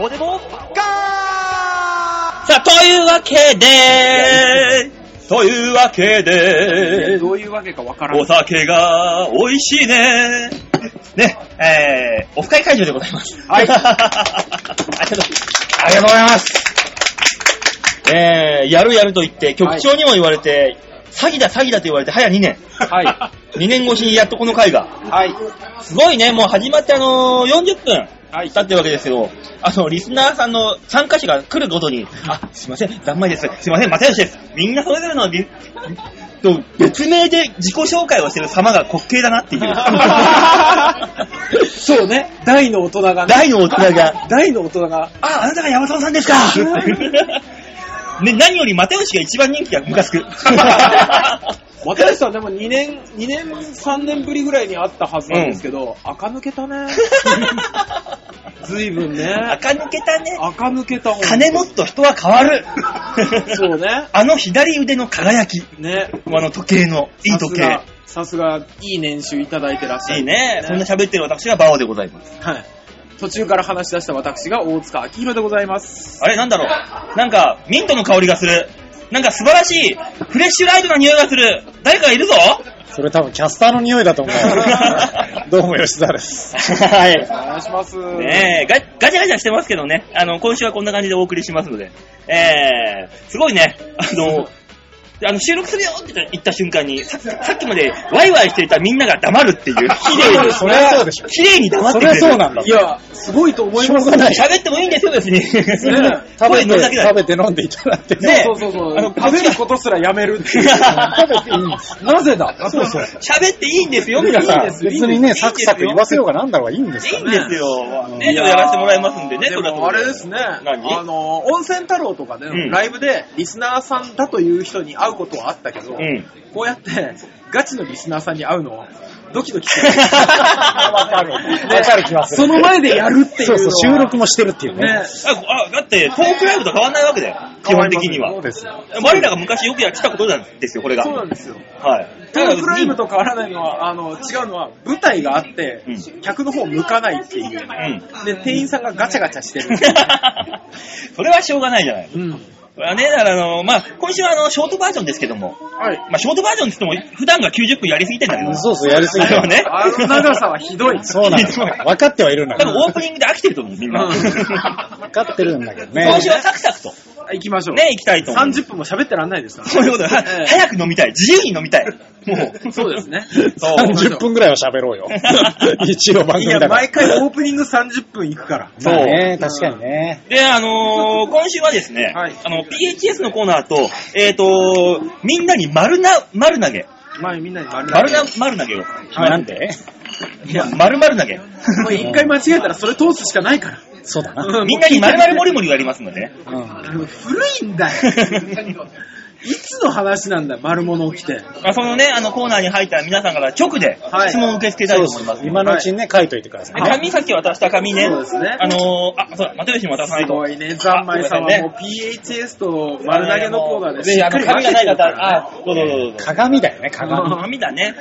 オデモガさあ、というわけで、というわけで、どういうわけかわからん。お酒が美味しいね。ね、えー、オフ会会場でございます。 はいありがとうございます。ありがとうございます。えー、やるやると言って、局長にも言われて、詐欺だ詐欺だと言われて、早2年。は 2年越しにやっとこの会が。はい。すごいね、もう始まってあのー、40分。はい。経ってるわけですけど、あの、リスナーさんの参加者が来るごとに、あ、すいません、ざんまいです。すいません、又吉です。みんなそれぞれのリ、 と別名で自己紹介をしてる様が滑稽だなっ ていう。そうね。大の大人がね。大の大人が、大の大人が。あ、あなたが山沢さんで すかね、何より又吉が一番人気がムカ つく。私 さんでも2年、2年、3年ぶりぐらいに会ったはずなんですけど、垢抜けた ね。随分ね。垢抜けたね。垢抜けたほんと金持っと人は変わる。そうね。あの左腕の輝き。ね。あの時計の、いい時計。さすが。さすが、いい年収いただいてらっしゃる。いいね。そんな喋ってる私がバオでございます。はい。途中から話し出した私が大塚明宏でございます。あれなんだろうなんか、ミントの香りがする。なんか素晴らしい、フレッシュライトな匂いがする。誰かいるぞそれ多分キャスターの匂いだと 思う。どうも吉沢です。はお願いします。い。ねえ、ガガチャガチャしてますけどね。あの、今週はこんな感じでお送りしますので。えー、すごいね。あの、あの収録するよって言った瞬間にさ、さっきまでワイワイしていたみんなが黙るっていう。綺麗に、そりゃそうでしょ綺麗に黙ってくそりれゃる。そうなんだ。いや、すごいと思いしまょうす。がない。食喋ってもいいんですよ、別に。べ 声乗るだけて、だ食べて飲んでいただいて。ねそうそうそう。ああのの、食べることすらやめるって いう。食べていいんです。なぜだそうそう。喋っていいんですよ、皆さいいんんですよ別にね、サクサク言わせようがなんだろうがいいんですいかいんら。ですよ。ね、ちょっとやらせてもらいますんでね、でもあれですね、あ何の、温泉太郎とかで、うんライブでリスナーさんだという人に会うことはあったけど、うんこうやってガチのリスナーさんに会うのはドキドキする。わかるわかる気がすそるの前でやるっていうのそは。うそう、収録もしてるっていうね。ね。あ、あだって、トークライブと変わんないわけだよ。基本的にはそう。ですよ。我らが昔よくやってたことなんですよ、これが。そうなんですよ。はい。トークライブと変わらないのは、あの、違うのは、舞台があって、う客の方向かないっていう。 うん。で、店員さんがガチャガチャしてる。それはしょうがないじゃない。うん。これはね、だからあの、まあ、今週はあの、ショートバージョンですけども。はい。まあ、ショートバージョンって言っても、普段が90分やりすぎてんだけど。そうそう、やりすぎあれはて。ね。あの長さはひどい。そうなんです。分かってはいるんだけ多ど。分オープニングで飽きてると思う、 みん な。うん今分かってるんだけどね。週はサクサクと。行きましょう。ね、行きたいと思う。 30分も喋ってらんないですからそういうことだ。はええ早く飲みたい。自由に飲みたい。もう。そうですね。そう。 30分ぐらいは喋ろ うよ。一応番い組や、だから。毎回オープニング30分行くから。そうまあね、確かにね。で、あのー今週はですね、はいあの、PHS のコーナーと、えっ、と、みんなに丸な、丸投げ。前みんなに丸投丸げな、丸投げを。なんでいや、丸丸投げ。もう一回間違えたらそれ通すしかないから。そうだな。 うみんなに丸々もりもりをやりますのでね。うん。もう古いんだよ。いつの話なんだよ、丸物を着て。まあそのね、あのコーナーに入った皆さんから直ではい質問を受け付けたいと思います。今のうちにね、書いといてくださいでね。紙さっき渡した紙ね。そうですねあのーあ、そうだ、又吉に渡さないすと。ごいね、ざんまいさんはもう PHS と丸投げのコーナーでぜしひ、っあかの、り紙がない方、あ、どうぞどうぞどうぞ。鏡だよね、鏡。紙だね。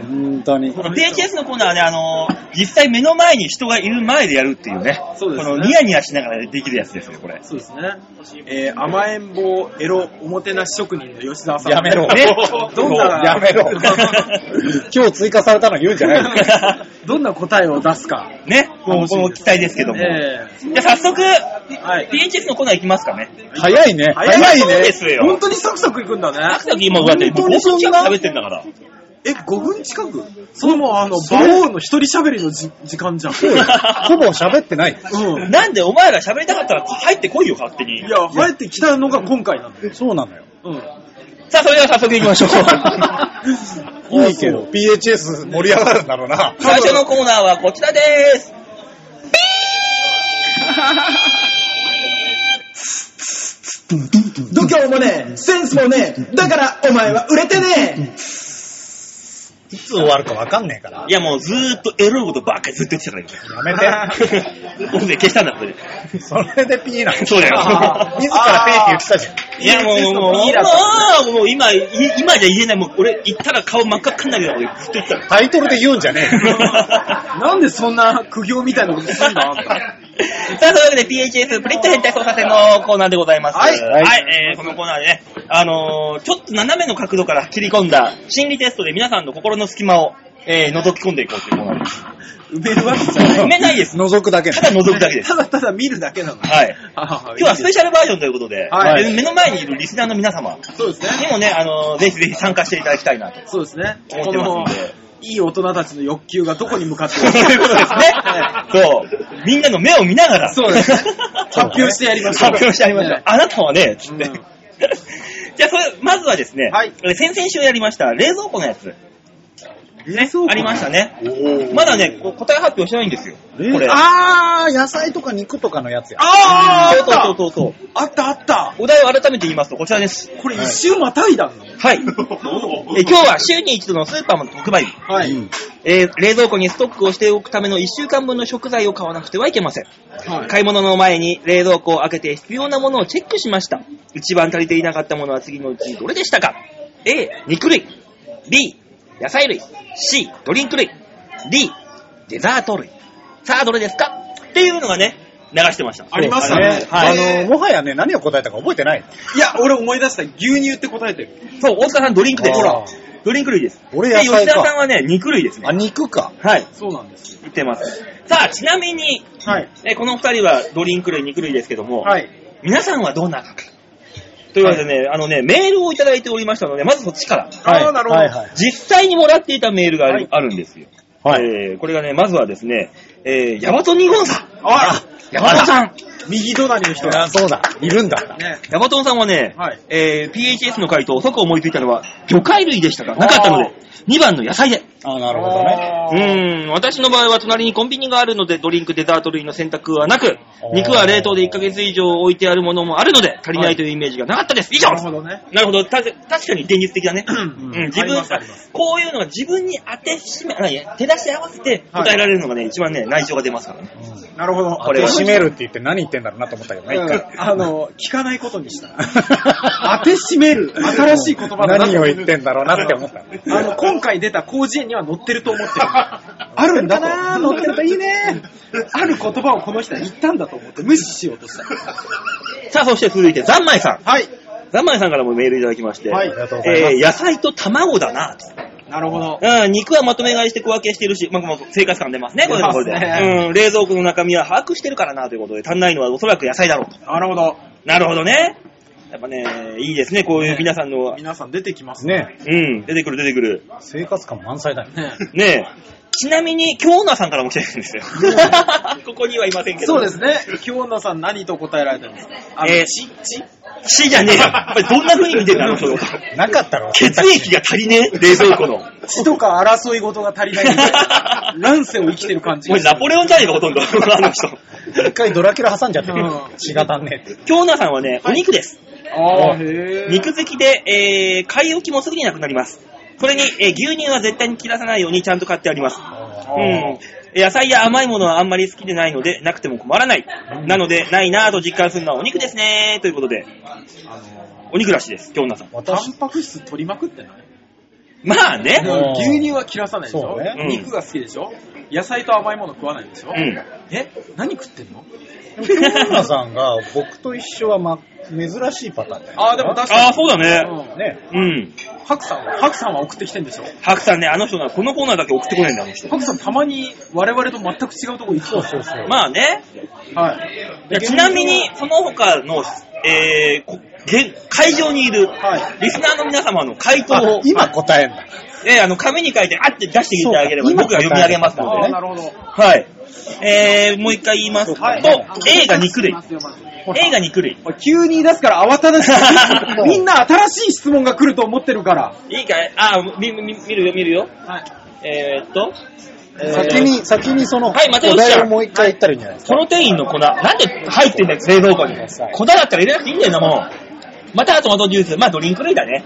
本当に。 PHS のコーナーはね、あのー実際目の前に人がいる前でやるっていうね。そうですねこのニヤニヤしながらできるやつですよ、これ。 そうですね。えー、甘えん坊、エロ、おもてなし職人の吉沢さん。やめろ ねどんな、やめろ 今日追加されたの言うんじゃない のどんな答えを出すか。ね、こ楽うしこみですの期待ですけども。えじゃあ早速、えはい。 PHS のコーナー行きますかね。早いね。早早いいねね。ですよ本当にサクサクい くんださねっ。き今、こうやって、もう5分近く喋ってんだから。え、5分近くそれもうあの、馬王の一人喋りのじ時間じゃん。ほぼ喋ってない。うん。なんでお前ら喋りたかったら入ってこいよ、勝手にい。や、入ってきたのが今回なんだよ。そうなのよ。うん。さあ、それでは早速行きましょ う。いいけど、PHS 盛り上がるんだろうな。最初のコーナーはこちらでーす。度胸もねえ、センスもねえ、だからお前は売れてねいつ終わるかわかんねえから。いや、もうずーっとエロいことばっかりずっと言ってたから今。やめて。音声消したんだ、これで。 それで P なんだそうだよあ ー自ら P って言ってたじゃん。いや、もう、もう、もう、もう今、い今じゃ言えない。もう、俺、言ったら顔真っ赤っかになるよ、俺。ずっと言 ってたタイトルで言うんじゃねえの。よ。なんでそんな苦行みたいなことするんだあんたさあ、というわけで PHS プリット変態操作戦のコーナーでございます。はいはい。えー、このコーナーでね、あのー、ちょっと斜めの角度から切り込んだ心理テストで皆さんの心の隙間を、えー、覗き込んでいこうというコーナーです。埋めるわけじゃない。埋めない です。覗くだけ。ただ覗くだけです。ただただ見るだけ なの。はい。今今日はスペシャルバージョンということで、はい目目の前にいるリスナーの皆様そうですね。にもね、あのー、ぜひぜひ参加していただきたいなと。そうですね。思ってますんでこのいい大人たちの欲求がどこに向かってそういうことですね。 そう。みんなの目を見ながら。そう です発表してやりましょう発表してやりましょうね。あなたはね、つって。うん じゃあ、それ、まずはですね、はい先々週やりました冷蔵庫のやつ、ね、 そうありましたね。おまだね、こう答え発表してないんですよ。これ。あー、野菜とか肉とかのやつや。あそうーあそったうそうそうそう。あったあったお題を改めて言いますと、こちらです。これ一周またいだのはい。 え今日は週に一度のスーパーの特売日。はい。えー冷蔵庫にストックをしておくための1週間分の食材を買わなくてはいけません、はい買い物の前に冷蔵庫を開けて必要なものをチェックしました一番足りていなかったものは次のうちどれでしたか A 肉類 B 野菜類 C ドリンク類 D デザート類さあどれですかっていうのがね流してましたありましたねね。。あの、もはやね、何を答えたか覚えてない。いや、俺思い出した。牛乳って答えてる。そう大塚さんドリンクですほらドリンク類です俺で野菜吉か田さんはね肉類ですあ、ね肉か。はいそうなんです。言ってますさあちなみにはい。えーこの二人はドリンク類、肉類ですけども、はい。皆さんはどんなかというわけでね、あのね、メールをいただいておりましたので、まずそっちから。あーなるほどはいはい。実際にもらっていたメールがある,、はいあるんですよ。はい。えーこれがね、まずはですね、えー、ヤバト2号さん。あヤ バトさん。右隣の人だ。そうだ。いるんだ。ね。ヤバトンさんはね、はいえー PHS の回答、遅く思いついたのは、魚介類でしたが、なかったので、2番の野菜で。あ、なるほどうーね。ん、私の場合は隣にコンビニがあるので、ドリンク、デザート類の選択はなく、肉は冷凍で1ヶ月以上置いてあるものもあるので、足りないというイメージがなかったです。以上なるほどね。なるほど。た確かに現実的だね。うん、自あり分ますあります、こういうのが自分に当てしめ、何手出し合わせて答えられるのがね、一番ね、内情が出ますからね。なるほど。これは閉めるって言って何言ってんだろうなと思ったけどね、一回。うんあの、聞かないことに した。当てしめる。新しい言葉だなと何を言ってんだろうなって思った。あの、今回出た広辞苑には載ってると思ってる。 あるんだな載ってるといいね。ある言葉をこの人は言ったんだと思って無視しようとした。さあ、そして続いて、ざんまいさん。はい。ざんまいさんからもメールいただきまして、はいありがとうございますえー、野菜と卵だな、なるほど。うん、肉はまとめ買いして小分けしてるし、まあ、まあ生活感出ますね、こういうところで。出ますねうん、冷蔵庫の中身は把握してるからな、ということで、足んないのはおそらく野菜だろうと。なるほど。なるほどね。やっぱね、いいですね、こういう皆さんの、皆さん出てきますね。ねうん、出てくる出てくる。生活感満載だね。ねえ。ちなみに、京奈さんからも来てるんですよ。 ここにはいませんけど。 そうですね。今日のさん何と答えられたんですかあのえーちち死じゃねえよ。やっぱりどんな風に見てん だろう、その子なかったろ。血液が足りねえ、冷蔵 庫の。も血とか争い事が足りないみたい な。乱世を生きてる感じがうする。ナポレオンじゃねえか、ほとんど。あの 人。一回ドラキュラ挟んじゃってるうん。血が足んねえって。京奈さんはね、お肉です。あーへー肉好きで、えー、買い置きもすぐになくなります。これに、えー牛乳は絶対に切らさないようにちゃんと買ってあります。うん。野菜や甘いものはあんまり好きでないので、なくても困らない。なので、ないなぁと実感するのはお肉ですねということで、お肉らしいです、京奈さん。タ私ン、パク質取りまくってないまあね。うん牛乳は切らさないでしょ、そうねうん肉が好きでしょ野菜と甘いもの食わないでしょ、うん。え何食ってんのピローナさんが僕と一緒は、ま、珍しいパターンだよ。ああ、でも確あかあ、そうだに。ね。うんね。うん。ハクさんは、ハクさんは送ってきてんでしょハクさんね、あの人がこのコーナーだけ送ってこないんだ、あの人。ハクさんたまに我々と全く違うとこ行くそうそうそう。まあね。はい。ちなみに、その他の、えーこげ会場にいる、はリスナーの皆様の回答あを、今答えんだ。えーあの、紙に書いて、あって出していただければ、そうか僕が読み上げますのあであ、ねな。るほど。はい。えー、もう一回言いますと、はい A が肉類。A が肉類。おい急に言い出すから慌ただし い。みんな新しい質問が来ると思ってるから。いいかいあー、み、み、見るよ、見るよ。はい。えーっと、えー先に、先にその、はいまたよおっしゃ題をもう一回言ったらいいんじゃないですか。プロテインの粉。なんで入ってんだよ、冷蔵庫に。粉だったら入れなくていいんだよな、もう。またはトマトジュース。まあ、ドリンク類だね。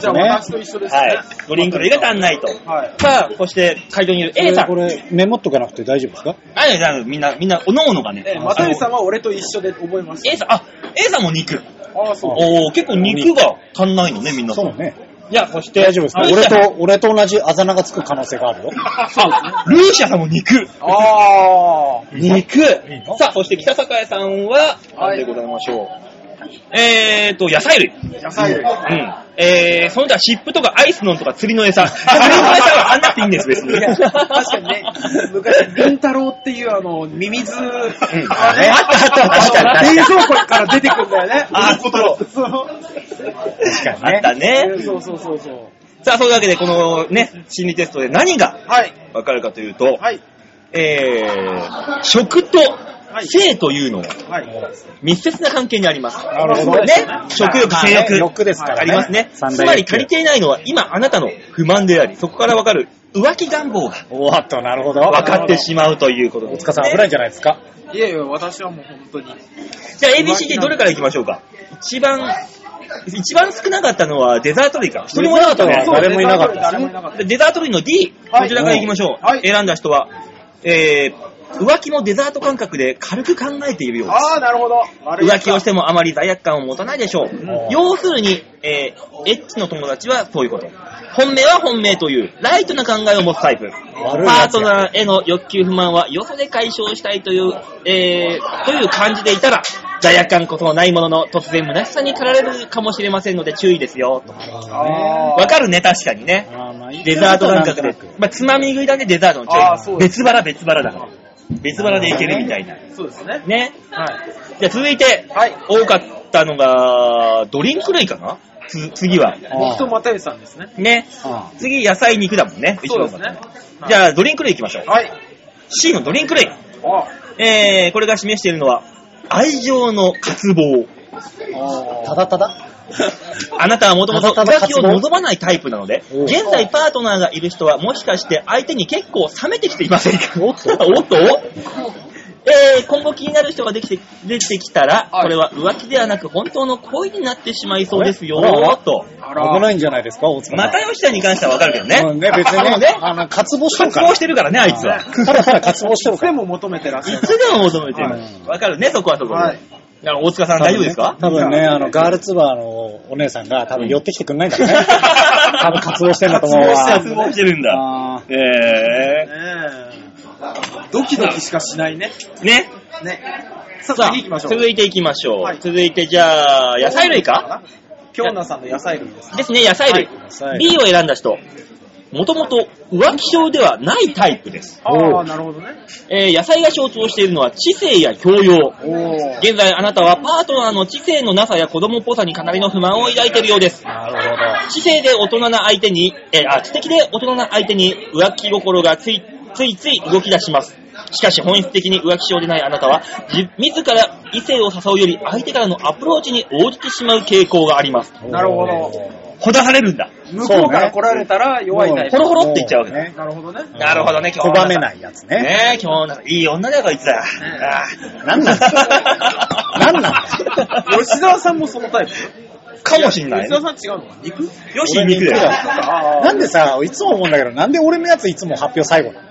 じゃあね私と一緒ですね。はい。ドリンク類が足んないと。はい。さあ、そして、会場にいるこ A さん。れこれ、メモっとかなくて大丈夫ですかあいやいやみんな、みんな、おのおのがね。えー、又吉さんは俺と一緒で覚えまし A さん、あ、A さんも肉。た。ああ、そう。おー、結構肉が足んないのね、みんな。そうね。いや、そして、大丈夫ですかあ俺と、俺と同じあざながつく可能性があるよ。あ、ルーシャさんも肉。あ肉。さあ、そして北栄さんは、何でございましょう。えーと、野菜類。ー。野菜類。うん。えー、その他、湿布とかアイスのんとか釣りの餌。釣りの餌はあんなくていいんです、別に。確かにね、昔、りんたろうっていうあの、ミミズ、うんあれあったあった確かに確かに冷蔵庫から出てくんだよね。あ、そう。確かにあねっ。たね。そうそうそうそう。さあ、そういうわけで、このね、心理テストで何がはい。わかるかというと、はい。えー、食と性というのははい。密接な関係にあります。なるほどね。食欲、性欲。欲ですからねありますね。三つ大ま欲り足りていないのは今あなたの不満であり、そこからわかる浮気願望がおーっと、なるほど。分かってしまうということで大塚さん危ないんじゃないですか。いやいや、私はもう本当に。じゃあ ABCD どれからいきましょうか。一番、一番少なかったのはデザート類か。一人もなかったデザートね。誰もいなかったですね誰もいなかった。でデザート類の D、こちらからいきましょう。はい選んだ人は、えー、浮気もデザート感覚で軽く考えているようです。ああ、なるほど。。浮気をしててもあまり罪悪感を持たないでしょう。ん要するに、えーエッチの友達はそういうこと。本命は本命という、ライトな考えを持つタイプ。悪いパーやつやトナーへの欲求不満は、よそで解消したいという、えーという感じでいたら、罪悪感こそはないものの、突然虚しさに駆られるかもしれませんので注意ですよ。とあわかるね、確かにね。あーまあデザート感覚でなんとな。くまあ、つまみ食いだね、デザートのあー注そ意。うで別腹、別腹だから。別腹でいけるみたいな。ーそうですね。ね。はい。じゃあ続いて、はい多かったのが、ドリンク類かなつ次は。あー僕と又吉さんですね。ね。あ次、野菜肉だもんね。そうですね一番多かったじゃあ、ドリンク類行きましょう。はい。 C のドリンク類。あえー、これが示しているのは、愛情の渇望。ーただただあなたはもともとあなたの浮気渇を望望まないタイプなので、おう現在パートナーがいる人はもしかして相手に結構冷めてきていませんかおっとおっとえー、今後気になる人ができて出てきたら、はいこれは浮気ではなく本当の恋になってしまいそうですよあらあらと。あら。危ないんじゃないですか、大塚さん。又吉さんに関してはわかるけどね。うんね、別にもうねね、、あの、渇望しとる渇から望し。てるからね、あいつは。ただただ渇望してるか癖ら。も求めてらっしいゃる。つでも求めてるはい。わかるね、そこはそこで。はいだから大塚さん大丈夫ですか多分ね、あの、ガールツバーのお姉さんが多分寄ってきてくんないん だろうね。多分渇望してんだと思う渇わ。望してるんだ。あーえねえドキドキしかしないね。ー。ね。ね。ささあ、あ次行きましょう。続いていきましょう。はい続いて、じゃあ、野菜類か京奈さんの野菜類です。ですね、野菜類。野菜 B を選んだ人。もともと浮気症ではないタイプです。ああ、なるほどね。えー野菜が象徴しているのは知性や教養。おー。現在あなたはパートナーの知性のなさや子供っぽさにかなりの不満を抱いているようです。なる知性で大人な相手に、えーあ、知的で大人な相手に浮気心がついついつい動き出します。しかし本質的に浮気症でないあなたは、自自ら異性を誘うより相手からのアプローチに応じてしまう傾向があります。ほど。なるほど。ほだされるんだ。向こうから来られたら弱いタイプほ。ろほろって言っちゃうわけだねなるほどね。 なるほどね今日拒めないやつね。ねえ、今日の、いい女だよ、こいつは。ああなんなんだなんなん吉沢さんもそのタイプかもしんない。吉沢よさん違うの行くし、肉だよ。あなんでさ、いつも思うんだけど、なんで俺のやついつも発表最後なの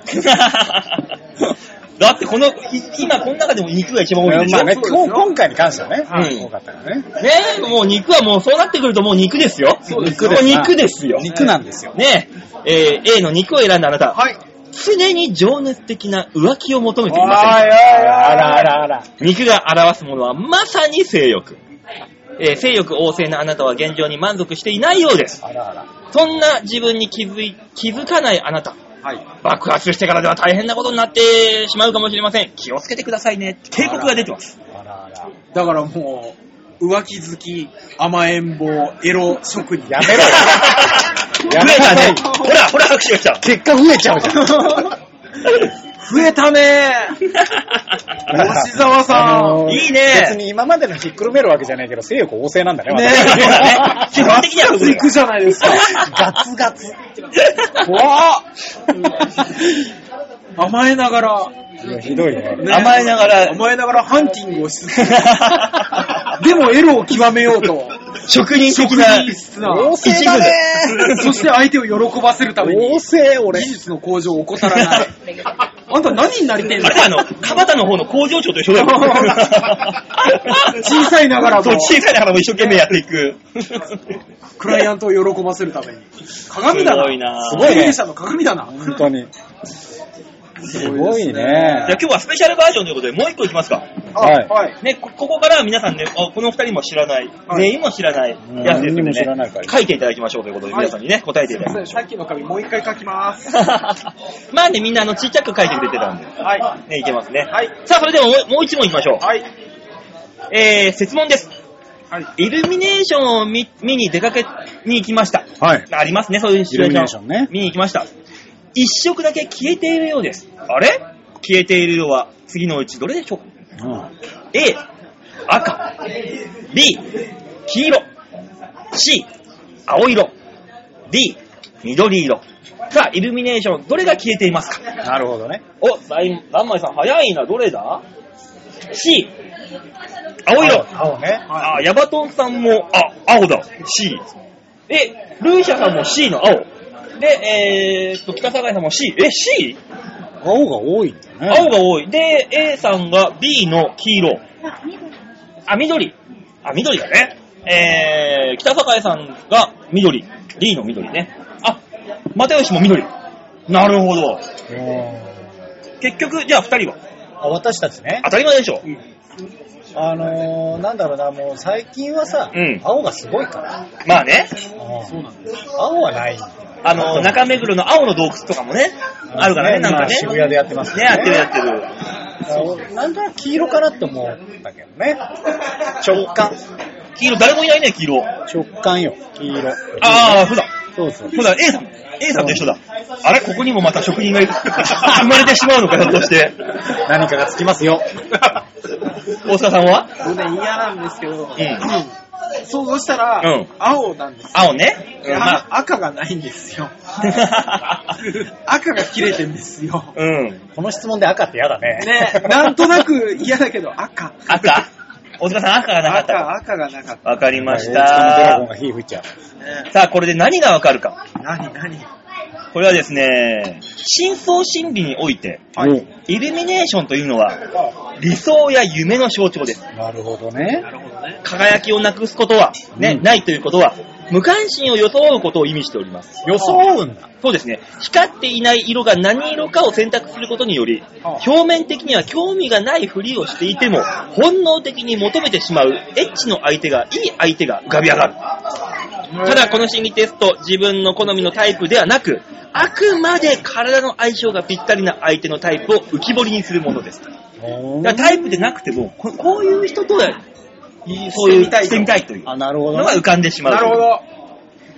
だってこの、い今この中でも肉が一番多いんでしまあょね、ね今日、今回に関してはね、うん多かったからね。え、もう肉はもうそうなってくるともう肉ですよ。そうですもう肉ですよ。肉なんですよ。ねえ、えー A の肉を選んだあなた、はい。常に情熱的な浮気を求めていあません。あらあら。らあら。肉が表すものはまさに性欲。えー性欲旺盛なあなたは現状に満足していないようです。あらあら。そんな自分に気づい気づかないあなた、はい。爆発してからでは大変なことになってしまうかもしれません。気をつけてくださいね。警告が出てます。あらあら。だからもう、浮気好き、甘えん坊、エロ職人。やめろ よ。増えやめなたさねい。ほら、ほら、拍手が来た。結果増えちゃうじゃ ん。増えたね吉沢さん。ーいいね別に今までのひっくるめるわけじゃないけど、性欲旺盛なんだね、ねそうだね私基本的には行くじゃないですか。 ガツガツ。怖っ甘えながら、いやひどいね。ね甘えながら甘えながらハンティングをしつつ、でもエロを極めよう と。 職人的な。いい質な。旺盛だねそして相手を喜ばせるために、旺盛、俺技。術の向上を怠らない。あんた何になりてんのあれだよ、あの、かばたの方の工場長と一緒だよ。小さいながらもそう、小さいながらも一生懸命やっていく。クライアントを喜ばせるために。鏡だな。すごいなすごい経営者の鏡だな。本当に。すごいじゃねあ。今日はスペシャルバージョンということで、もう一個いきますか。あはいはい。ね、こここからは皆さんね、あこの二人も知らない、はい全員も知らないんやつですので、ね、何も知らないから書いていただきましょうということで、はい皆さんにね、答えていすいたまだきせまん、さっしきの紙もう一回書きます。ょう。 まあね、みんなあの、ちっちゃく書いてくれてたんで、はい。ね、いけますね。はいさあ、それではもうもう一問いきましょう。はい。えー、質問です。はい。イルミネーションを見見に出かけに行きました。はい。ありますね、そういうシチュエーション。イルミネーションね見に行きました。一色だけ消えているようです。あれ消えている色は次のうちどれでしょうかうん。 A、赤、B、黄色、C、青色、D、緑色。さあ、イルミネーション、どれが消えていますかなるほどね。お、何枚さん、早いな、どれだ ?C、青色。青ね。あ、ヤバトンさんも、あ、青だ、C。え、ルーシャさんも C の青。で、えーっと、北境さんも C。え、C? 青が多いんだね。青が多い。で、A さんが B の黄色。あ、緑。あ、緑だね。えー、北栄さんが緑。D の緑ね。あ、又吉も緑。なるほど。結局、じゃあ二人は。あ私たちね。当たり前でしょ。あのー、なんだろうな、もう最近はさ、うん青がすごいから。まあね。そうなん青はない。あの、中目黒の青の洞窟とかもね、あるからね、なんまかあね。渋谷でやってますね、けどやってるやってる。あなんだ黄色かなって思ったけどね。直感。黄色、誰もいないね、黄色。直感よ。黄色。ああ、そうだ。そうそう。そうだ、A さん。A さんと一緒だ。あれここにもまた職人がいる 生まれてしまうのか、ひょっとして。何かがつきますよ。大塚さんは僕ね、嫌なんですけど、ん想像したら、うん青なんですよ。青ね。であ赤がないんですよ。赤が切れてんですよ。 うん。この質問で赤って嫌だね。ね、なんとなく嫌だけど赤。赤大塚さん、赤がなかった赤、か。赤がなかっわかりましドラゴンた。が火吹いちゃう。たね。さあ、これで何がわかるか。何、何これはですね、真相心理において、はいおイルミネーションというのは、理想や夢の象徴です。なるほどね。なるほどね。輝きをなくすことは、ね、うんないということは、無関心を装うことを意味しております。装うんだ。そうですね。光っていない色が何色かを選択することにより、あ表面的には興味がないふりをしていても、本能的に求めてしまうエッチの相手が、いい相手が浮かび上がる。ただこの心理テスト、自分の好みのタイプではなく、あくまで体の相性がぴったりな相手のタイプを浮き彫りにするものです。おだーからタイプでなくても、ここういう人とは、そういう、してみたいとしてみたいというあ、なるほどのが浮ね。かんでしまう。なる ほ。ど。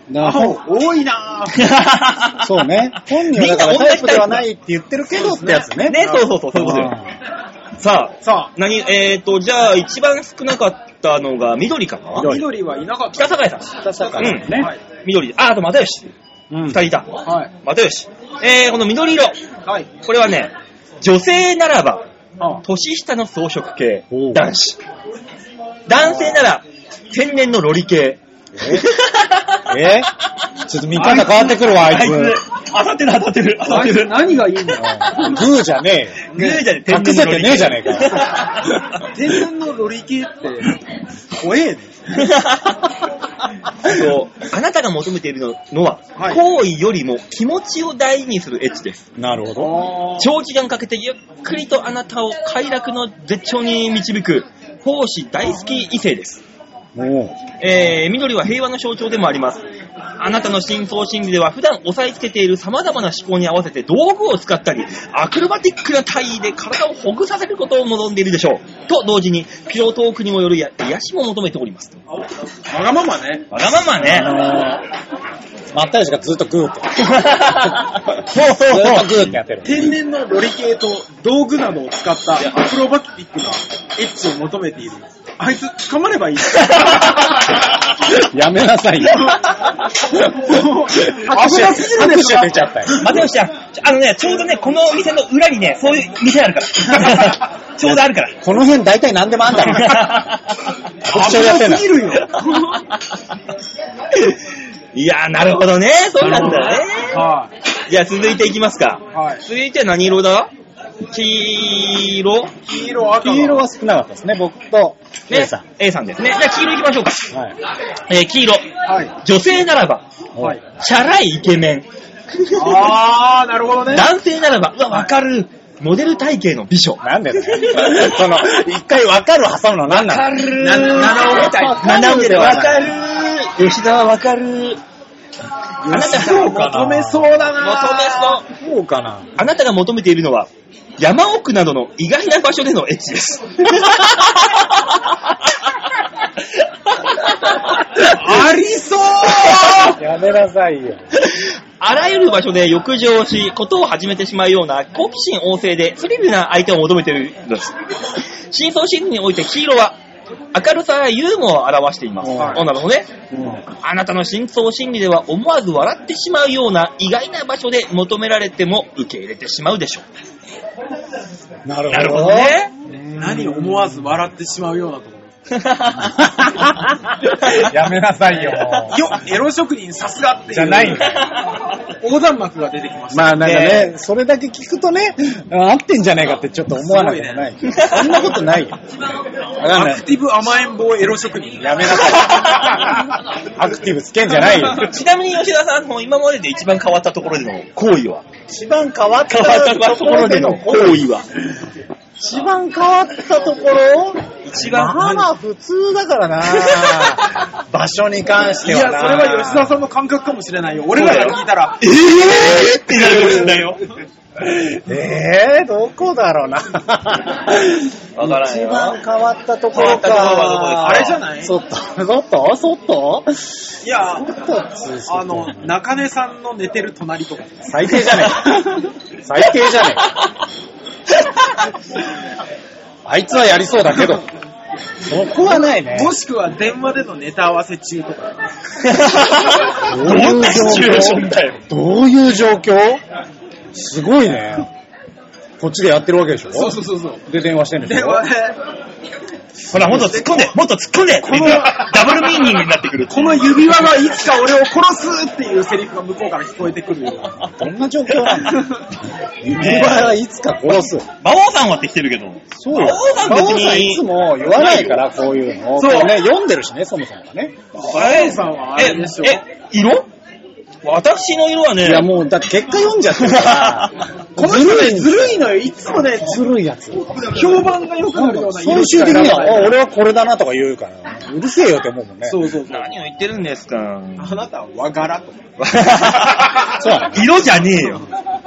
な青、多いなぁ。そうね。本人はだからタイプではないって言ってるけどってやつね。ね、そうそうそう、そういうことよ。さあ、さ何、えーと、じゃあ、一番少なかったのが緑かなあ、緑はいなかった。北境さん。北坂ね。うんはい。緑。あ、あと、又吉。うん二人いた。はい。又吉。えー、この緑色。はい。これはね、女性ならば、あ年下の装飾系お、う男子。男性なら、天然のロリ系。えちょっと見方変わってくるわ、あいつ。当たってる当たってる当たあっいてつる。何がいいんだ うんグーじゃねえよ。グーじゃねえ、隠せてねえじゃねえかよ。か。天然のロリ系って、怖えね。 そうあなたが求めているののは、はい行為よりも気持ちを大事にするエッチです。なるほど。長時間かけてゆっくりとあなたを快楽の絶頂に導く、奉仕大好き異性です。もえー、緑は平和の象徴でもあります。あなたの深層心理では普段押さえつけている様々な思考に合わせて道具を使ったり、アクロバティックな体位で体をほぐさせることを望んでいるでしょう。と同時に、ピロートークにもよるや癒しも求めております。わがままね。わがままね。う、あのー、まったりしかずっとグー って。そうそうずっそとう。グーってやっ てる。天然のロリ系と道具などを使ったアクロバティックなエッチを求めている。あいつ捕まればいい。やめなさいよ。もう握が手すぎるでしょ。出ちゃったよ。又吉ちゃん、ちょあのね、ちょうどね、このお店の裏にね、そういう店あるから。 ちょうどあるから。この辺大体何でもあんだろ。 特徴やってん危なだすぎるよ。 いやー、なるほどね。そうなんだよね。はじゃあ続いていきますか。い。はい。続いて何色だ黄色黄色、赤。黄色は少なかったですね、僕と、ね A さん。。 A さんですね。じゃあ黄色いきましょうか。はい。えー黄色。女性ならば、はい。チャラいイケメン。あー、なるほどね。男性ならば、うわ、わかる。モデル体型の美女。なんでだよ その、一回わかる挟むのは何なのな七尾みたい。七尾でわかる。吉田はわかる。あなたが求かな求めそうだなめそう。そうかな。あなたが求めているのは、山奥などの意外な場所でのエッチです。ありそうやめなさいよ。あらゆる場所で浴場をし、ことを始めてしまうような好奇心旺盛でスリルな相手を求めているのです。真相心理において黄色は、明るさやユーモアを表しています。はいあなるほどね。あなたの真相心理では思わず笑ってしまうような意外な場所で求められても受け入れてしまうでしょなるう。なるほどね。何思わず笑ってしまうようなとこ やめなさいよ。ろ。よ、エロ職人さすがっていう。じゃないんだ横断幕が出てきました。まあなんかね、それだけ聞くとね、合ってんじゃねえかってちょっと思わなくもない。そんなことないよ。わかんなアいク。ティブ甘えん坊エロ職人。やめなさい。アクティブつけんじゃないよ。 ちなみに吉田さんの今までで一番変わったところでの行為は一番変わっ変わったところでの行為は一番変わったところ一番まあまあ普通だからな場所に関 しいてや、はそなれは吉田さんの感覚かもしれないよ。俺らが聞いたら、えぇ、ー、ってなるかもしれないよ。えー、どこだろうなわからんよ一番変わったところ変か。わったところはどこですかあれじゃないそっと、そっとそっといや、そっとあの、中根さんの寝てる隣とか。最低じゃねえ。最低じゃねえ。あいつはやりそうだけど。そこはないね。もしくは電話でのネタ合わせ中とか。どういう状況だよ。どういう状況すごいね。こっちでやってるわけでしょうそうそう。で電話してるんでし電ょ話で、 ほら、もっと突っ込んで、もっと突っ込んでこのダブルミーニングになってくる。この指輪がいつか俺を殺すっていうセリフが向こうから聞こえてくるよ。どんな状況なんだ指輪 はいつか殺す。馬王さんはってきてるけど。そうよ。馬王馬さん別に王さんいつも言わないから、こういうのを。そうこね、読んでるしね、そもそもがね。馬王さんはあれでしょえ、え、色私の色はね、いや、もう、だって結果読んじゃってる から。このず人るね、い、ずるいのよ。いつもね、ずるいやつ。評判が良くなるような色し最終か的選ばには、ないあ俺はこれだなとか言うから、うるせえよって思うもんね。そうそうそう。何を言ってるんです か。あなたは和柄と。そうだね色じゃねえよ。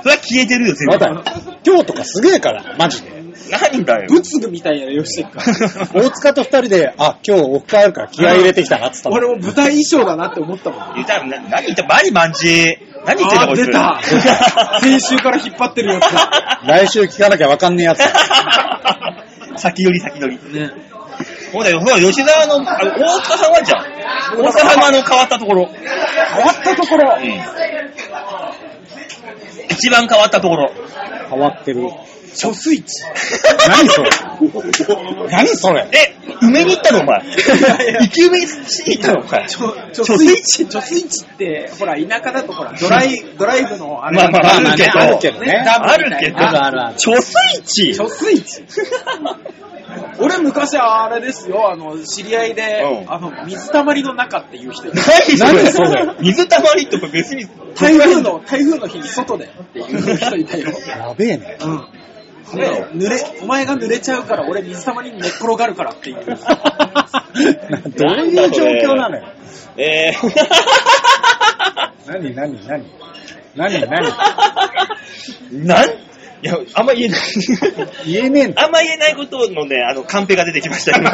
それは消えてるよ、全まだ、今日とかすげえから、マジで。何だよ。 仏具みたいな色してる から。大塚と二人で、あ、今日オフ会あるから気合い入れてきたなって言った俺も舞台衣装だなって思ったもん。言ったらな何言ったマジマンジ何言ってんあだーこいつ出た先週から引っ張ってるやつだ。の。来週聞かなきゃわかんねえやつだ。 先取り先取り。ね。そうだよ、ほら、吉沢の、あ大塚さんはじゃん。大塚さんのあの変わったところ。変わったところ。一番変わったところ。変わってる。貯水池。何それ何それ え、埋めに行ったのお前。生き埋めしに行ったのお前。貯水池貯水池って、ほら、田舎だとほら、ドライ、ドライブのあれまあまあるけどあるけどね。ダあブルみるたけいど、なあるあるある貯水池貯水池。 俺昔あれですよ、あの、知り合いで、うんあの、水たまりの中って いう人いる何何それ水たまりとか別に。台風の、台風の日に外でっていう人いた よ。やべえね。うん。ね濡れ、お前が濡れちゃうから俺水たまりに寝っ転がるからって いう。 どういう状況なのよ。えー、何何何何何 なんいや、あんま言えない。言えねえんだ。あんま言えないことのね、あの、カンペが出てきました、今。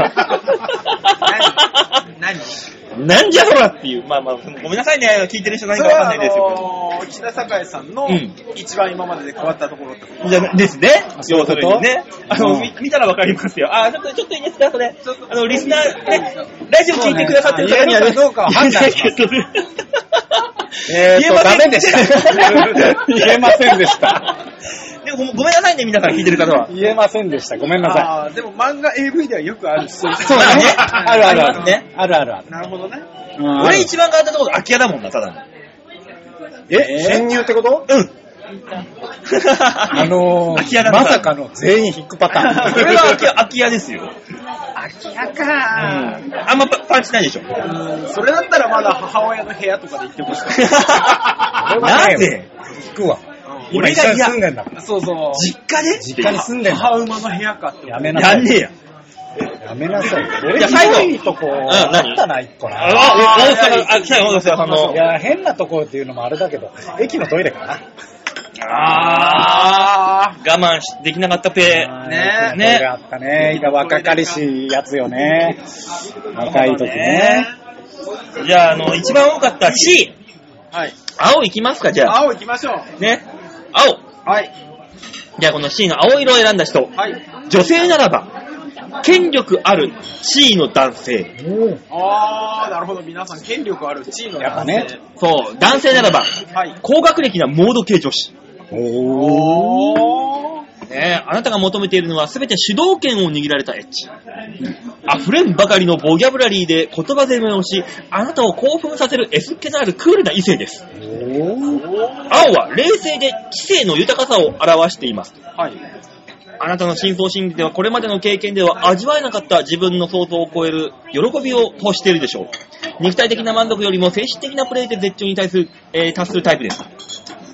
何なんじゃそらっていう。まあまあ、ごめんなさいね。聞いてる人何そかれわかんはなあいですよ。のー、北栄さんのうん一番今までで変わったところってことじゃですね。そういうこと要するにね。あうの、んみ見たらわかりますよ。あ、ちょっと、ちょっといいですか、それ。あの、リスナー、ね、ラジオ聞いてくださってる方にはね、そうねあ判言える断かします。えーと、ダメ でした。言言えませんでした。でもごごめんなさいね、皆さん聞いてる方は。言えませんでした。ごめんなさい。ああー、でも漫画 AV ではよくあるし。そうだね。 あるあるあありまする。ねあるあるある。なるほどね。うん俺一番変わったところ、空き家だもんな、ただの。 え、潜入ってことうん。ああの空き家ー、だからまさかの全員引くパタ ーン。それは空き家、空き家ですよ。空き家かあんまパパンチない でしょ。うんそれだったらまだ母親の部屋とかで行ってほしかっなぜ引くわ。今俺一が緒に嫌住んでんだから。た。そうそう。実家で実家に住んでんだ母馬の部屋かって思うやめなやさんねい。えや。やめなさい。じ俺、ゃあ最後ひどいとこ、んあ何ったな、一個な。あ、大阪、あ、来たよ、大阪さんのい。や、変なとこっていうのもあれだけど、駅のトイレかな。あー、我慢しできなかったペー。ねねがあったね。今若かりしいやつよね。若い時ね。じゃあ、あの、一番多かった C。はい。青いきますか、じゃあ。青行きましょう。ね。青。はい。じゃあ、この C の青色を選んだ人。はい。女性ならば、権力ある C の男性。あー、なるほど。皆さん、権力あるチームやっぱね。そう、男性ならば、はい。高学歴なモード系女子。おー。ねえ、あなたが求めているのは全て主導権を握られたエッチ。溢れんばかりのボギャブラリーで言葉攻めをし、あなたを興奮させるエスケのあるクールな異性です。青は冷静で知性の豊かさを表しています。はい。あなたの深層心理ではこれまでの経験では味わえなかった自分の想像を超える喜びを欲しているでしょう。肉体的な満足よりも精神的なプレイで絶頂に対する、えー達するタイプです。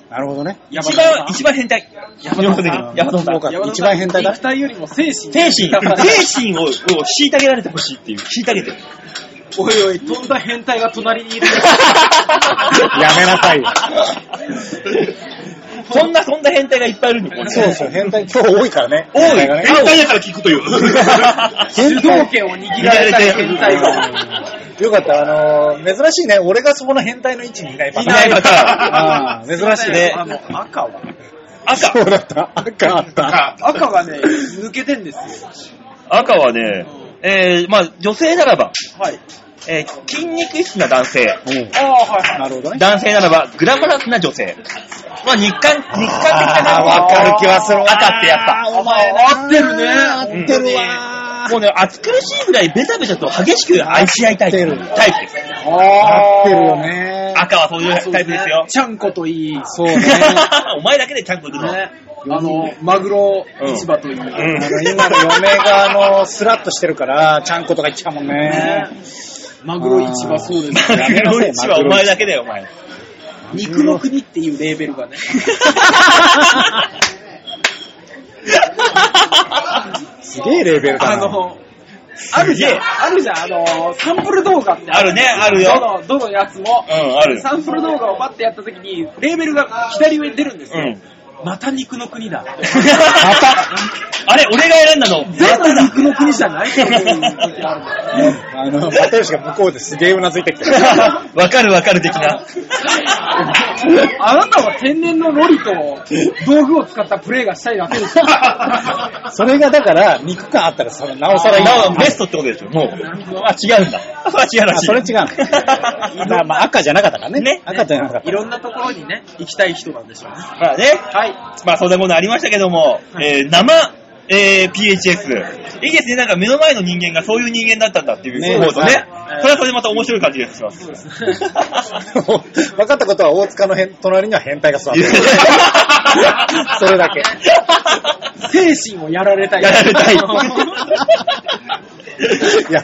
なるほどね。一番、一番変態。山田さん山田さん一番変態だ肉体よりも精神。 精神、精神を、を虐げられてほしいっていう。虐げてる。おいおい、飛んだ変態が隣にいる。 やめなさいよ。そんな、そんな変態がいっぱいいるんで、これそうそう、変態今日多いからね。多い。変態がねだから聞くという。変主導権を握られた変態が。 よかった、あのー珍しいね。俺がそこの変態の位置にいないパいタないーン。パタああ、珍しいね。あの、赤は。 赤そうだった。赤あった。赤がね、抜けてんですよ。赤はね、えー、まあ女性ならば、はい。えー、筋肉質な男性。うんあー、はいはい。なるほどね。男性ならば、グラマラスな女性。まあ日韓、日韓的なああ、わかる気はするわ。赤ってやっぱ。お前な合ってるね合ってるわ。もうね、暑苦しいぐらいベタベタと激しく愛し合いたいタイプです。合ってるよね。赤はそういうタイプですよ。ちゃんこといい。そうね。 お前だけでちゃんといるの。ね。あの、マグロ市場といい。うんあの今の嫁があの、スラッとしてるから、ちゃんことか言ってたもんね。マグロ市場そうですマよ。グロ一はお前だけだよ、お前。肉の国っていうレーベルがね。すげえレベルあだな。の、あるじゃん。あるじゃん。あの、サンプル動画ってあるね、あどるよ。の、どのやつもう。ん、ある。サンプル動画をパッてやった時に、レーベルが左上に出るんですうよ。ん。また肉の国だって。あれ、俺が選んだの。 全部肉の国じゃないって いう時あるの。あの、又吉が向こうですげえうなずいてきてる。わかるわかる的な。あなたは天然のロリと道具を使ったプレーがしたいだけですよ。それがだから、肉感あったら、それなおさらいい。なおベストってことでしょ、もう。あ、違うんだ。 あ、違うらあしい。それ違うの。まあまあ赤じゃなかったからね。ね赤じゃなかっいた。ろんなところにね、行きたい人なんでしょうね。 まあね。はい。まあ、そんなものありましたけども、えー、生、えー、PHS。いいですね、なんか目の前の人間がそういう人間だったんだっていうね思うとね。はいそれはそれでまた面白い感じがします。そうですね。 分かったことは大塚のへん隣には変態が座ってる。 それだけ。精神をやられたい。 やられ たいや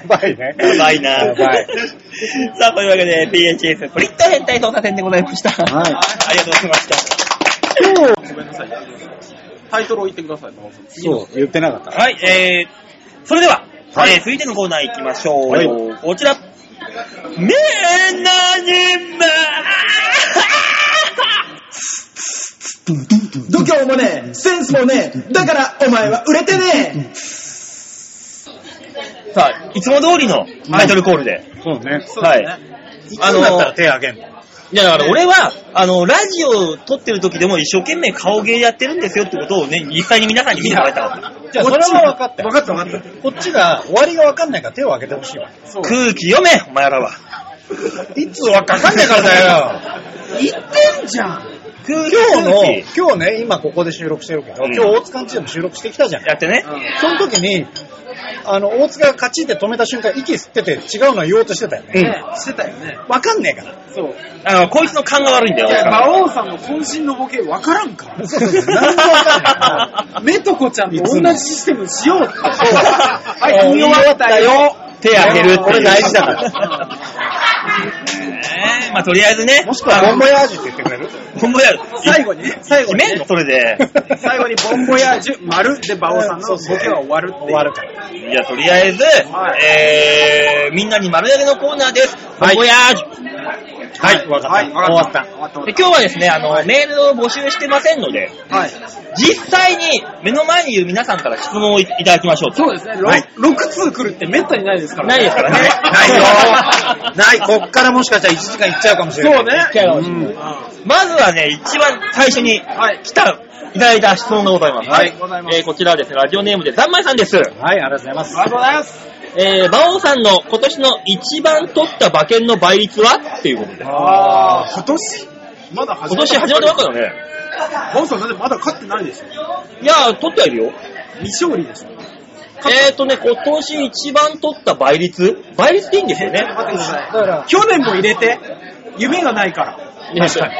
ばいね。やばいな。やばい。 さあ、というわけで、PHS プリット変態捜査線でございま した。はいありがとうございました。ごめんなさい。タイトルを言ってください。そう、言ってなかった。はい、えー、それでは、はいえー、続いてのコーナー行きましょう。はいこちら。みんなにま度胸もねえ、センスもねえ、だからお前は売れてね さあ、いつも通りのタイトルコールで。そうね。はい。ああの、だったらの、手あげんの。いやだから俺は、あの、ラジオ撮ってる時でも一生懸命顔芸やってるんですよってことをね、実際に皆さんに見てもらいたかった。じゃあ、それは分かったよ。分かった分かった。こっちが終わりが分かんないから手を挙げてほしいわ。空気読め、お前らは。いつ分かんないからだよ。言ってんじゃん。空気今日 の空、気今日ね、今ここで収録してるけど、うん今日大塚んちでも収録してきたじゃん。やってね。その時に、あの、大塚がカチって止めた瞬間、息吸ってて違うの言おうとしてたようね。ん。してたよね。わかんねえから。そう。あの、こいつの勘が悪いんだよ。いや、馬王さんの渾身のボケ分からんから。そうそうそう。なんもわかんないから。メトコちゃんと同じシステムにしようって。 はあい、見終わったよ。手当てるって。これ大事だから。ね えまあとりあえずね。もしくは、ボンボヤージュって言ってく れるほんまや。最後にね、最後に、決めんねの、それで。最後にボンボヤージュ、丸で馬王さんのボケは終わるっていう。終わるから。 じゃあとりあえず、はえー、みんなに丸投げのコーナーです。はいボンボヤージュはい、わかった。はい、終分わかっった。た。終わった。で今日はですね、あの、メールを募集してませんので、はい。実際に目の前にいる皆さんから質問をいただきましょうと。そうですね、6通来るってめったにないですからないですからね。 ないよ。 ない、こっからもしかしたら1時間いっちゃうかもしれない。そうね。うん。まずはね、一番最初にはい来た、いただいた質問がございます。はいございますえーこちらはですね、ラジオネームでざんまいさんです。はい、ありがとうございます。ありがとうございます。えー、馬王さんの今年の一番取った馬券の倍率はっていうことで。あー、今年まだ今年始まったばっかだね。馬王さんだってまだ勝ってないでしょ。いやー、取ってはいるよ。未勝利でしょ。えーとね、今年一番取った倍率倍率っていいんですよね。待ってください。去年も入れて、夢がないから。確かに。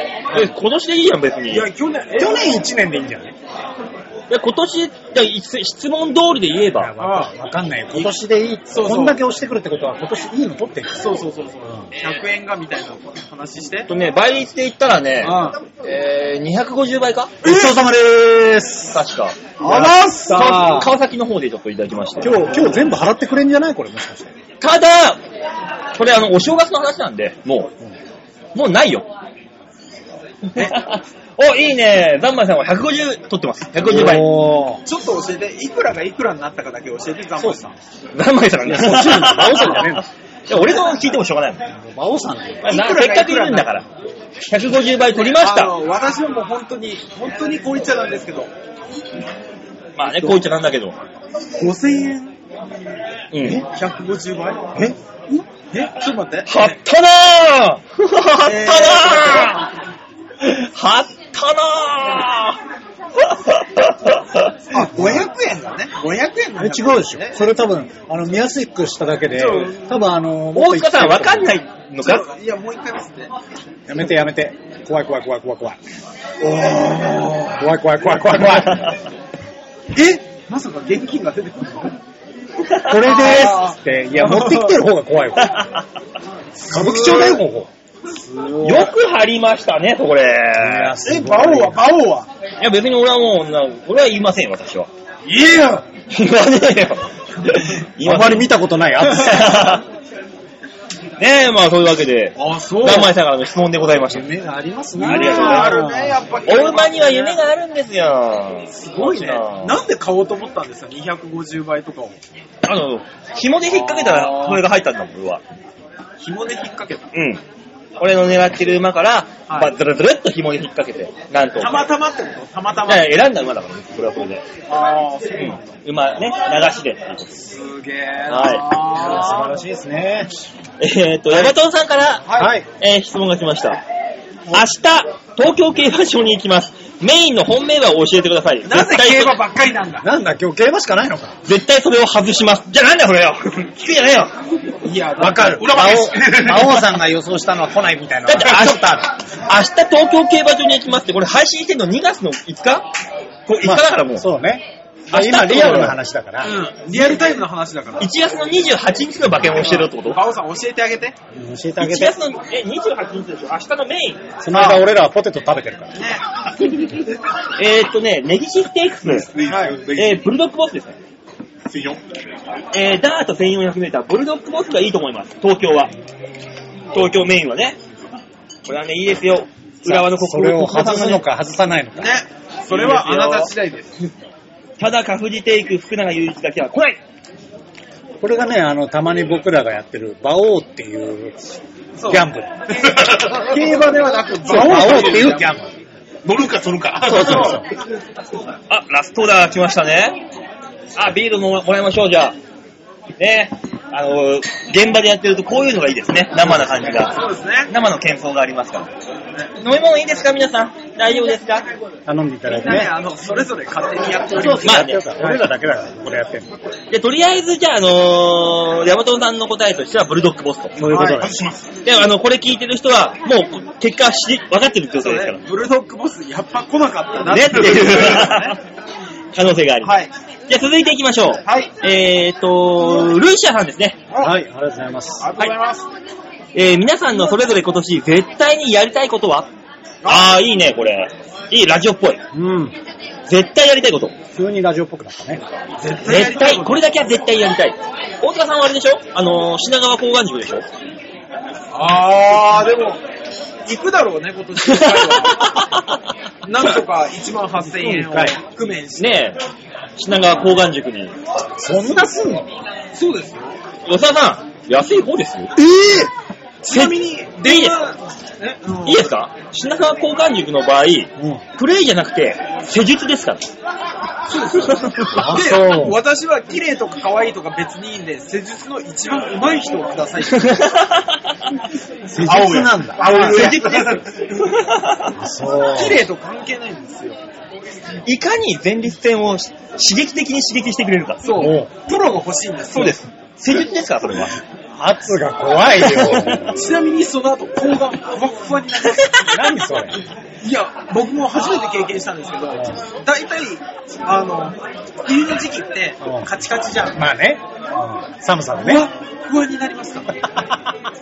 え今年でいいやん、別に。いいや、や、去年、え去年1年でいいんじゃない今年、じゃあい質問通りで言えば。あわかんない。今年でいい。そうそうこんだけ押してくるってことは、今年いいの取ってる。そうそうそうそう。100円がみたいな話してえっ。とね、倍率で言ったらね、あえー、250倍かごちそうさまでーす。確か。あらっさ川川崎の方でちょっといただきました。今日、今日全部払ってくれんじゃないこれもしかして。ただ、これあの、お正月の話なんで、もう、もうないよ。 お、いいね。ザンマイさんは150取ってます。150倍。おーちょっと教えて、いくらがいくらになったかだけ教えて、ザンボさん。ザンマイさんはね、いや欲しいの馬王さんじゃねえんだ いや俺が聞いてもしょうがないもん馬王さんね。なせっかくいるんだから。150倍取りましあた。の私はもう本当に、本当にこう言っちゃなんですけど、まあね、こう言っちゃなんだけど。 5000円うん。 150倍ええちょっと待って。はったなーえーはったなーはったなー あ、500円だね。500円だえ、ね。違うでしょ。それ多分、あの、見やすくしただけでそう、多分あの、もっ大と塚さんわかんないのちかょいや、もう一回見せて。やめてやめて。怖い怖い怖い怖い怖い。怖い怖い怖い怖い怖い。えまさか現金が出てくるのこれですって、いや、持ってきてる方が怖いわ。歌舞伎町だよ、こよく張りましたね、これ。こ。え、馬王は馬王はいや、別に俺はもう、な俺は言いませんよ、私は。いや言わねえよ。言あわまねり見たことないやつ。えねえ、まあ、そういうわけで、あ、そダンマイさんからの質問でございました。夢がありますありがとうございま あするね、やっぱり。お馬には夢があるんですよ。すすごいね。なんで買おうと思ったんですか ?250 倍とかを。あの、紐で引っ掛けたら、これが入ったんだもん、俺は。紐で引っ掛けた。うん。俺の狙ってる馬から、はいバッドルドルっと紐で引っ掛けて、なんと。たまたまってことたまたま。いや選んだ馬だからね、これはこれで。ああ、そうなんだ。うん。馬ね、流しで。すげえはい素晴ならしいですね。えっと、ヤバトンさんから、はい。えー質問が来ました。明日、東京競馬場に行きます。メインの本命馬を教えてください。なぜ絶対そ競馬ばっかりなんだなんだ、今日競馬しかないのか。絶対それを外します。じゃあなんだそれよ聞くじゃねえよいや、わかる。裏話馬王馬王さんが予想したのは来ないみたいな。だって明日、明日東京競馬場に行きますって、これ配信してんの2月の5日これ5日まあだからもう。そうね。明日今、リアルな話だから。うん。 リアルタイムの話だから。 1月の28日の馬券をしてるってこと馬王さん教えてあげて。うん教えてあ ?1 げて月。の、え、28日でしょ明日のメイン。その間、俺らはポテト食べてるから。えーっとね、ネギシステークス、えー、ブルドッグボスですね。えー、ダート1400メーター、ブルドッグボスがいいと思います。東京は。東京メインはね。これはね、いいですよ。浦和のそ国れを国産外がすねのか外さないのか。ね。それはあなた次第です。ただ、カフジテイク、福永祐一だけは来ないこれがね、あの、たまに僕らがやってる、馬王っていうギそうャンブル。競馬ではなく、馬王っていうギャンブ乗ル。るか取るか。そうそうそう。あ、ラストオーダー来ましたね。あ、ビールももらいましょう、じゃあ。ねあの、現場でやってるとこういうのがいいですね。生な感じが。そうですね。生の喧騒がありますから。飲み物いいですか皆さん。大丈夫ですか頼んでいただいてね、ね。あの、それぞれ勝手にやっておりそうま。ですすね。まあね。俺らだけだから、これやってんの。で、とりあえず、じゃあ、あのー、ヤマトさんの答えとしては、ブルドックボスと。そういうことはだいよ。で、あの、これ聞いてる人は、もう、結果は知り、分かってる状態ですから。ブルドッグボス、やっぱ来なかったなねっていうね 可能性があります。はい。じゃあ続いていきましょう。はい。えーっと、ルーシアさんですね。はい、ありがとうございます。ありがとうございます。えー、皆さんのそれぞれ今年絶対にやりたいことはあー、いいね、これ。いい、ラジオっぽい。うん。絶対やりたいこと。急にラジオっぽくなったね。絶対、これだけは絶対やりたい。大塚さんはあれでしょあのー、品川高岸塾でしょあー、でも、行くだろうね、今年の会 は。なんとか1万8000円を工面して。ねえ、品川高岸塾に。そんなすんのそうですよ。吉沢さん、安い方ですよ。えちなみに、でいいですえうんいいですか品川高岸塾の場合、ぇ、うん。プレイじゃなくて、施術ですから。あ、でそう。私は綺麗とか可愛いとか別にいいんで、施術の一番上手い人をください。施術なんだ。あ、施術ですよ。そう。綺麗と関係ないんですよ。 いかに前立腺を刺激的に刺激してくれるか。そおうう。プロが欲しいんです。そうで。す。施術ですから、それ は。圧が怖いよ。ちなみにその後、睾がふわっふわになる。 何それ。 いや、僕も初めて経験したんですけど、大体、あの、冬の時期ってうんカチカチじゃん。まあね。寒さでふわっね。ふわになりますから。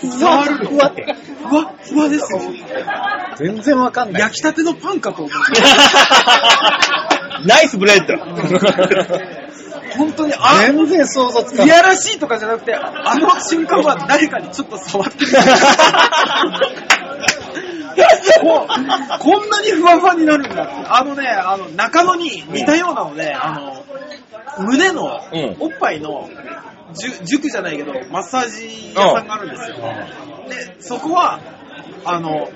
ふわるふわって。ふわっふわですよ。全然わかんない。焼きたてのパンかと思う。ナイスブレッド。本当に、あ、全然想像つかいない。やらしいとかじゃなくて、あの瞬間は誰かにちょっと触ってる。ここんなにふわふわになるんだって。あのね、あの、中野に似たようなので、あの、胸の、うんおっぱいの、じゅ塾じゃないけど、マッサージ屋さんがあるんですよ。で、そこは、あの、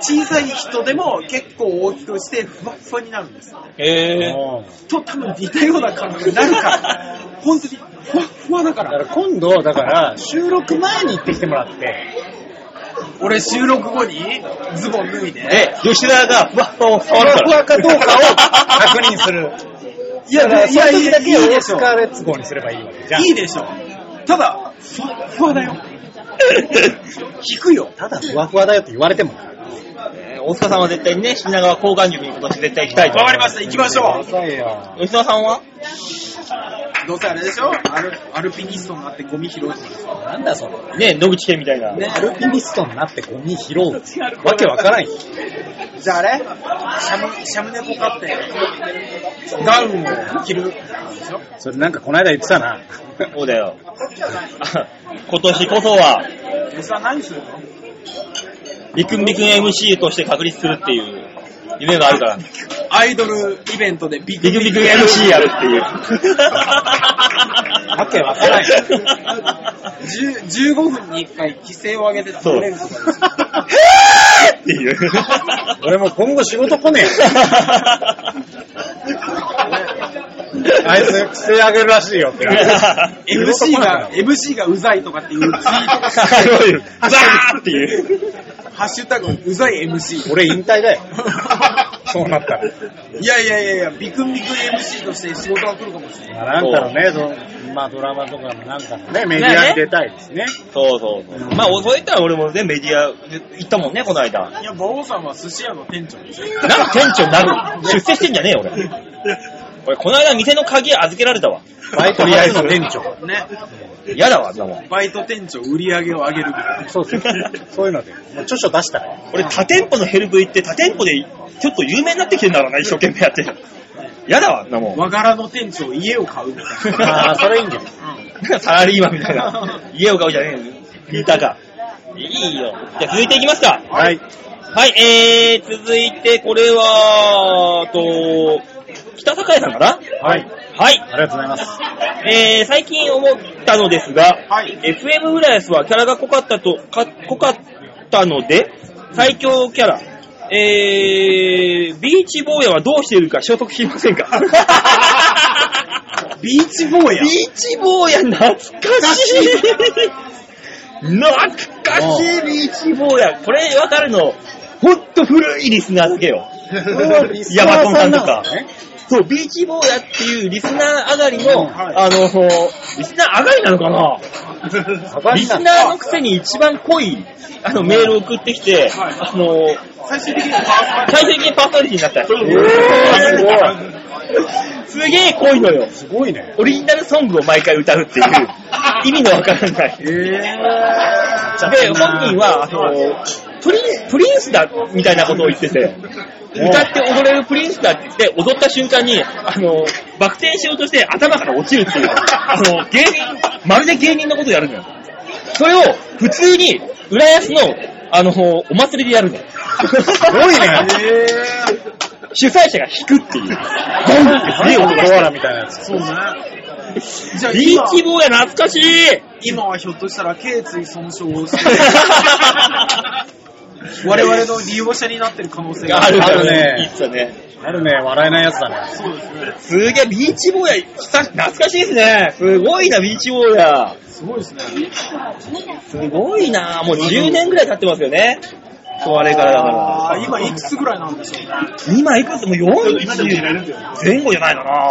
小さい人でも結構大きくして、ふわっふわになるんですよ。へ え。うんと多分似たような感覚になる から、本当に、ふわっふわだかだらか。ら今度、だから、収録前に行ってきてもらって、俺収録後にズボン脱いで。え、吉田がふわふわをふ触るわかふら。わかどうかを確認する。いや、だからいや、そのい時やだいけいオでーしょス。カーレッツ号にすればいいわけじゃん。いいでしょ。ただ、ふわっふわだ よ。引くよ。ただ、ふわふわだよって言われてもな。えー大塚さんは絶対にね、品川高岸塾に今年絶対行きたいと。わかりました、行きましょくださいよた。吉沢さんはう。どうせあれでしょアルアルピニストになってゴミ拾うとか。なんだそれ。ね、野口家みたいな。アルピニストになってゴミ拾う。わけわからんよ。じゃああれシャム、シャムネコ買って、ダウンを着る。それなんかこの間言ってたな。そうだよ。 あ今年こそは、おさ何するのビクンビクン MC として確立するっていう夢があるから、 ビアイドルイベントでビックンビクン MC やるって いう。わけわからんよ10 15分に1回規制を上げてそう。取へれるぇとかでしょーっていう。俺もう今後仕事来 ねえ。あいつ薬あげるらしいよって。 MC が、MC がうざいとかっていうツイートが、そういうザーっていう。ハッシュタグうざい MC。俺引 退だよ。そうなったら。いやいやいやいや、ビクンビクン MC として仕事が来るかもしれない。まあなんかのね、そのまあドラマとかのなんかのね、メディアに出たいですね。 そうそうそう。まあ、そういったら俺もね、メディア行ったもんね、この間。いや、馬王さんは寿司屋の店長でしょ。なんか店長になる。出世してんじゃねえよ、俺。俺、この間店の鍵預けられたわ。バイトリアの店長。ね。嫌だわ、あんなもん。バイト店長売り上げを上げるみたいな。そうそう。そういうので、もう著書出したら。俺、他店舗のヘルプ行って、他店舗でちょっと有名になってきてんだろうな、一生懸命やって。嫌だわ、あんなもん。和柄の店長家を買うみたいな。ああ、それいいんだよ。サラリーマンみたいな。家を買うじゃねえよ。リーターか。いいよ。じゃあ続いていきますか。はい。はい、えー、続いて、これは、と、北栄さんかなはい。はい。ありがとうございます。えー、最近思ったのですが、はい。 FM 浦安はキャラが濃かったと、か、濃かったので、最強キャラ。えー、ビーチ坊やはどうしているか所属しませんかビーチボーイや ビ。ーチ坊や、 懐かしい懐かしいビーチ坊や。これわかるの、ほんと古いリスナーだけよ。ヤバトンさんとか。そう、ビーチ坊やっていうリスナー上がりの、あの、リスナー上がりなのかなリスナーのくせに一番濃い、あの、メールを送ってきて、あの、最終的にパ最終的にパーソナリティになった。すげえ濃いのよ。すごいね。オリジナルソングを毎回歌うっていう、意味のわからない。で、本人は、あの、プリン、プリンスだ、みたいなことを言ってて、歌って踊れるプリンスだって言って、踊った瞬間に、あの、バク転しようとして頭から落ちるっていう、あの、芸人、まるで芸人のことやるのよ。それを、普通に、浦安の、あの、お祭りでやるの。すごいね。主催者が弾くっていう。ドンってすげえ音がしてドアラみたいなやつ。そうね。じゃあビ今ー、チ坊や懐かしい今はひょっとしたら頸椎損傷を して、我々の利用者になってる可能性があある。るあるねね。いいっすよね。あるね、笑えないやつだね。そうですね。すげえ、ビーチ坊や、久し懐かしいですね。すごいな、ビーチ坊や。すごいですね。すごいな、もう10年ぐらい経ってますよね。そう、あれからだあかー今いくつぐらいなんでしょうね。ら。今いくつも40んだよね。前後じゃないかな。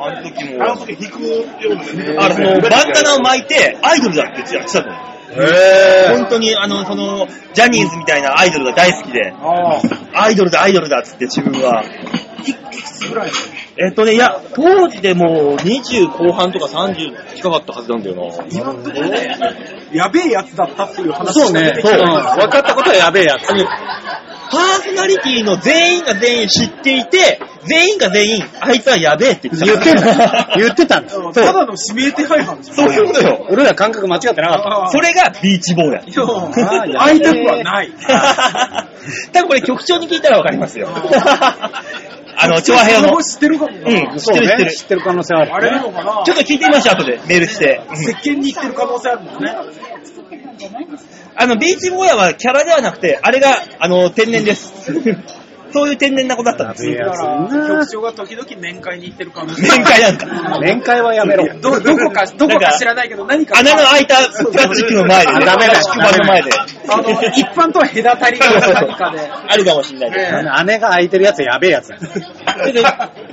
あの時も。あの時引くようなね。あの、その、バンダナを巻いて、アイドルだって言ってたしたの。へ本当に、あの、その、ジャニーズみたいなアイドルが大好きで、アイドルだ、アイドルだっつって自分は。えっとね、いや、当時でもう20後半とか30近かったはずなんだよな。今のところね、やべえやつだったっていう話そうね。が出てきそう。た分かったことはやべえやつ。パーソナリティの全員が全員知っていて、全員が全員、あいつはやべえって言言っっててた。た。言ってたんだ。うんただの指名手配犯ですよ。 そういうのよ。俺ら感覚間違ってなかっあーそれがビーチボーや。でもあーやべえ会いたくはない。多分これ局長に聞いたらわかりますよ。 あの、長編の。も知ってるかもな。うん、た。知そっうてる知ってね。る。知ってる可能性はああれる。なのかなちょっと聞いてみましょう、後で、メールして。石鹸に行ってる可能性あるもんね。あの、ビーチボーヤはキャラではなくて、あれが、あの、天然です。 そういう天然な子だったんです。いやだかそら、んな局長が時々面会に行ってる可能性面会なんか。面会はやめろ。ど、どこか、どこか知らないけど、何か。穴の開いたプラスチックの前でね。ダメプだラスチック板の前で。あの、一般とは隔たりが何かで。あるかもしれないです。ね姉が空いてるやつやべえやつだ。ちょっと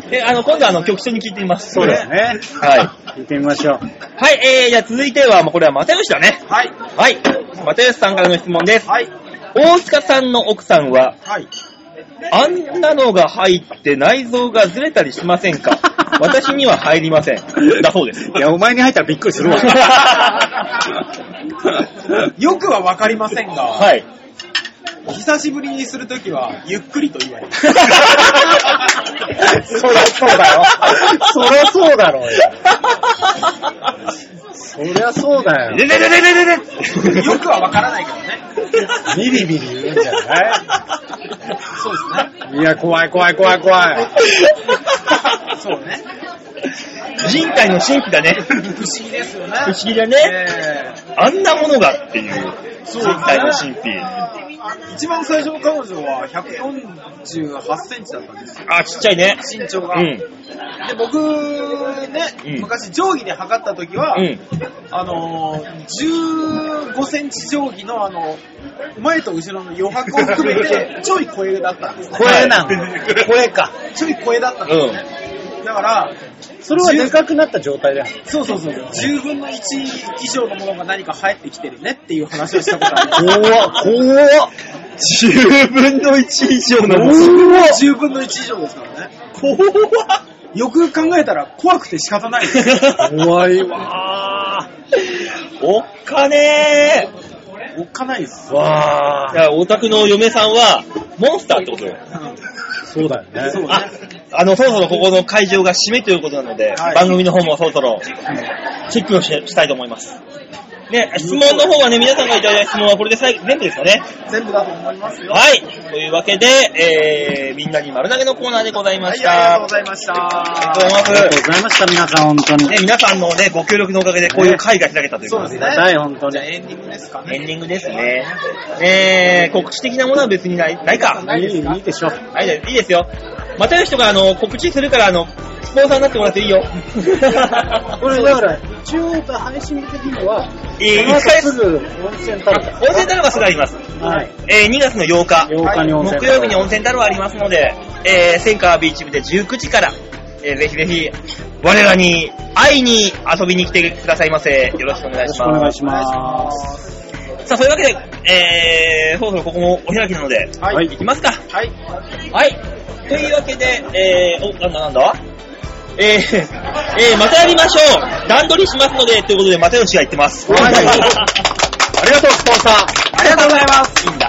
で、あの、今度あの、局長に聞いてみます。そうですね。はい。聞いてみましょう。はい、えー、じゃあ続いては、もうこれは又吉だね。はい。はい。又吉さんからの質問です。はい。大塚さんの奥さんは、はい。あんなのが入って内臓がずれたりしませんか私には入りません。だそうです。いや、お前に入ったらびっくりするわ。よくはわかりませんが、はい。久しぶりにするときは、ゆっくりと言われる。そりゃそうだよ。そりゃそうだろうよ。そりゃそうだよ。でででででででよくはわからないけどね。ビリビリ言うんじゃなそうですね。いいや、怖い怖い怖い怖い。そうね。人体の神秘だね。不思議ですよね。不思議だね。えあんなものがっていう。人体の神秘。ー一番最初の彼女は148センチだったんですよ。あ、ちっちゃいね。身長が。うん。で、僕ね、うん昔定規で測った時は、うん。あのー、15センチ定規のあの、前と後ろの余白を含め て、ちょい小枝だったんですね。声 なの。声か。ちょい小枝だったんでうん。す。だから、それはでかくなった状態だよ。そうそうそう、10分の1以上のものが何か生えてきてるねっていう話をしたことある。怖っ、怖っ。 10分の1以上の10分の1以上ですからね。怖っよく考えたら怖くて仕方ないです怖いわ。おっかねーおっかないです。わー。いや、オタクの嫁さんは、モンスターってことよ。そうだよね。そうあね。、あの、そろそろここの会場が締めということなので、はい番組の方もそろそろ、チェックをししたいと思います。ね、質問の方はね、皆さんがいただいた質問はこれで最後全部ですかね。全部だと思いますよ。はい。というわけで、えー、みんなに丸投げのコーナーでございまはしい、ありがとうご。たざいました。ありがとうごあざりいますがとう。ございました、皆さん、本当に。ね、皆さんのね、ご協力のおかげでこういう会が開けたというそうかで、すね。はい、本当じにゃあ。エンディングですかね。エンディングですね。えー、告知的なものは別にない、ないか。いい、いいでしょ。はい、いいですよ。またの人があの告知するからあの、スポンサーになってもらっていい よ。これだから、一応配信的には、えー、この1後回すぐ温泉太郎だ温泉太郎がすぐあります。はい。えー、2月の8日、 8日に温泉木曜日に温泉太郎ありますので、えー、センカービーチ部で19時から、えー、ぜひぜひ、我らに会いに遊びに来てくださいませ。よろしくお願いしお願まいします。す。さあ、そういうわけで、えー、そろそろここもお開きなので、はい行きますか。はい。はい。というわけで、えー、お、なんだなんだえー、 えー、またやりましょう段取りしますので、ということで、またよしが言ってます。 はいありがとう、スポンサー。ありがとうございます。いいんだ。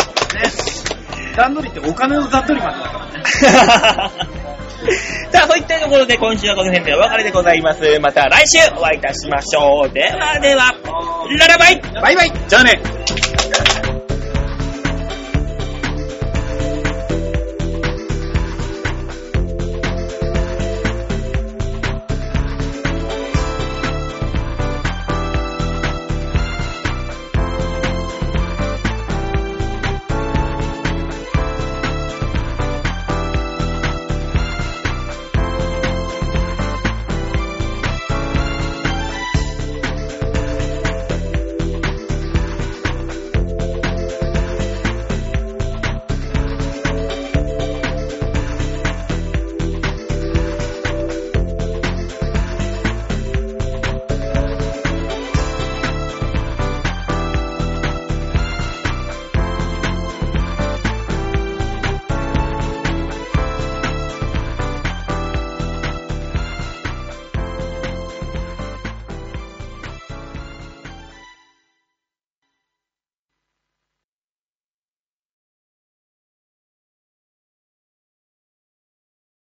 段取りってお金の段取りまでだからね。さあ、そういったところで今週はこの辺でお別れでございます。また来週お会いいたしましょう。ではでは、ララバイバイバイじゃあね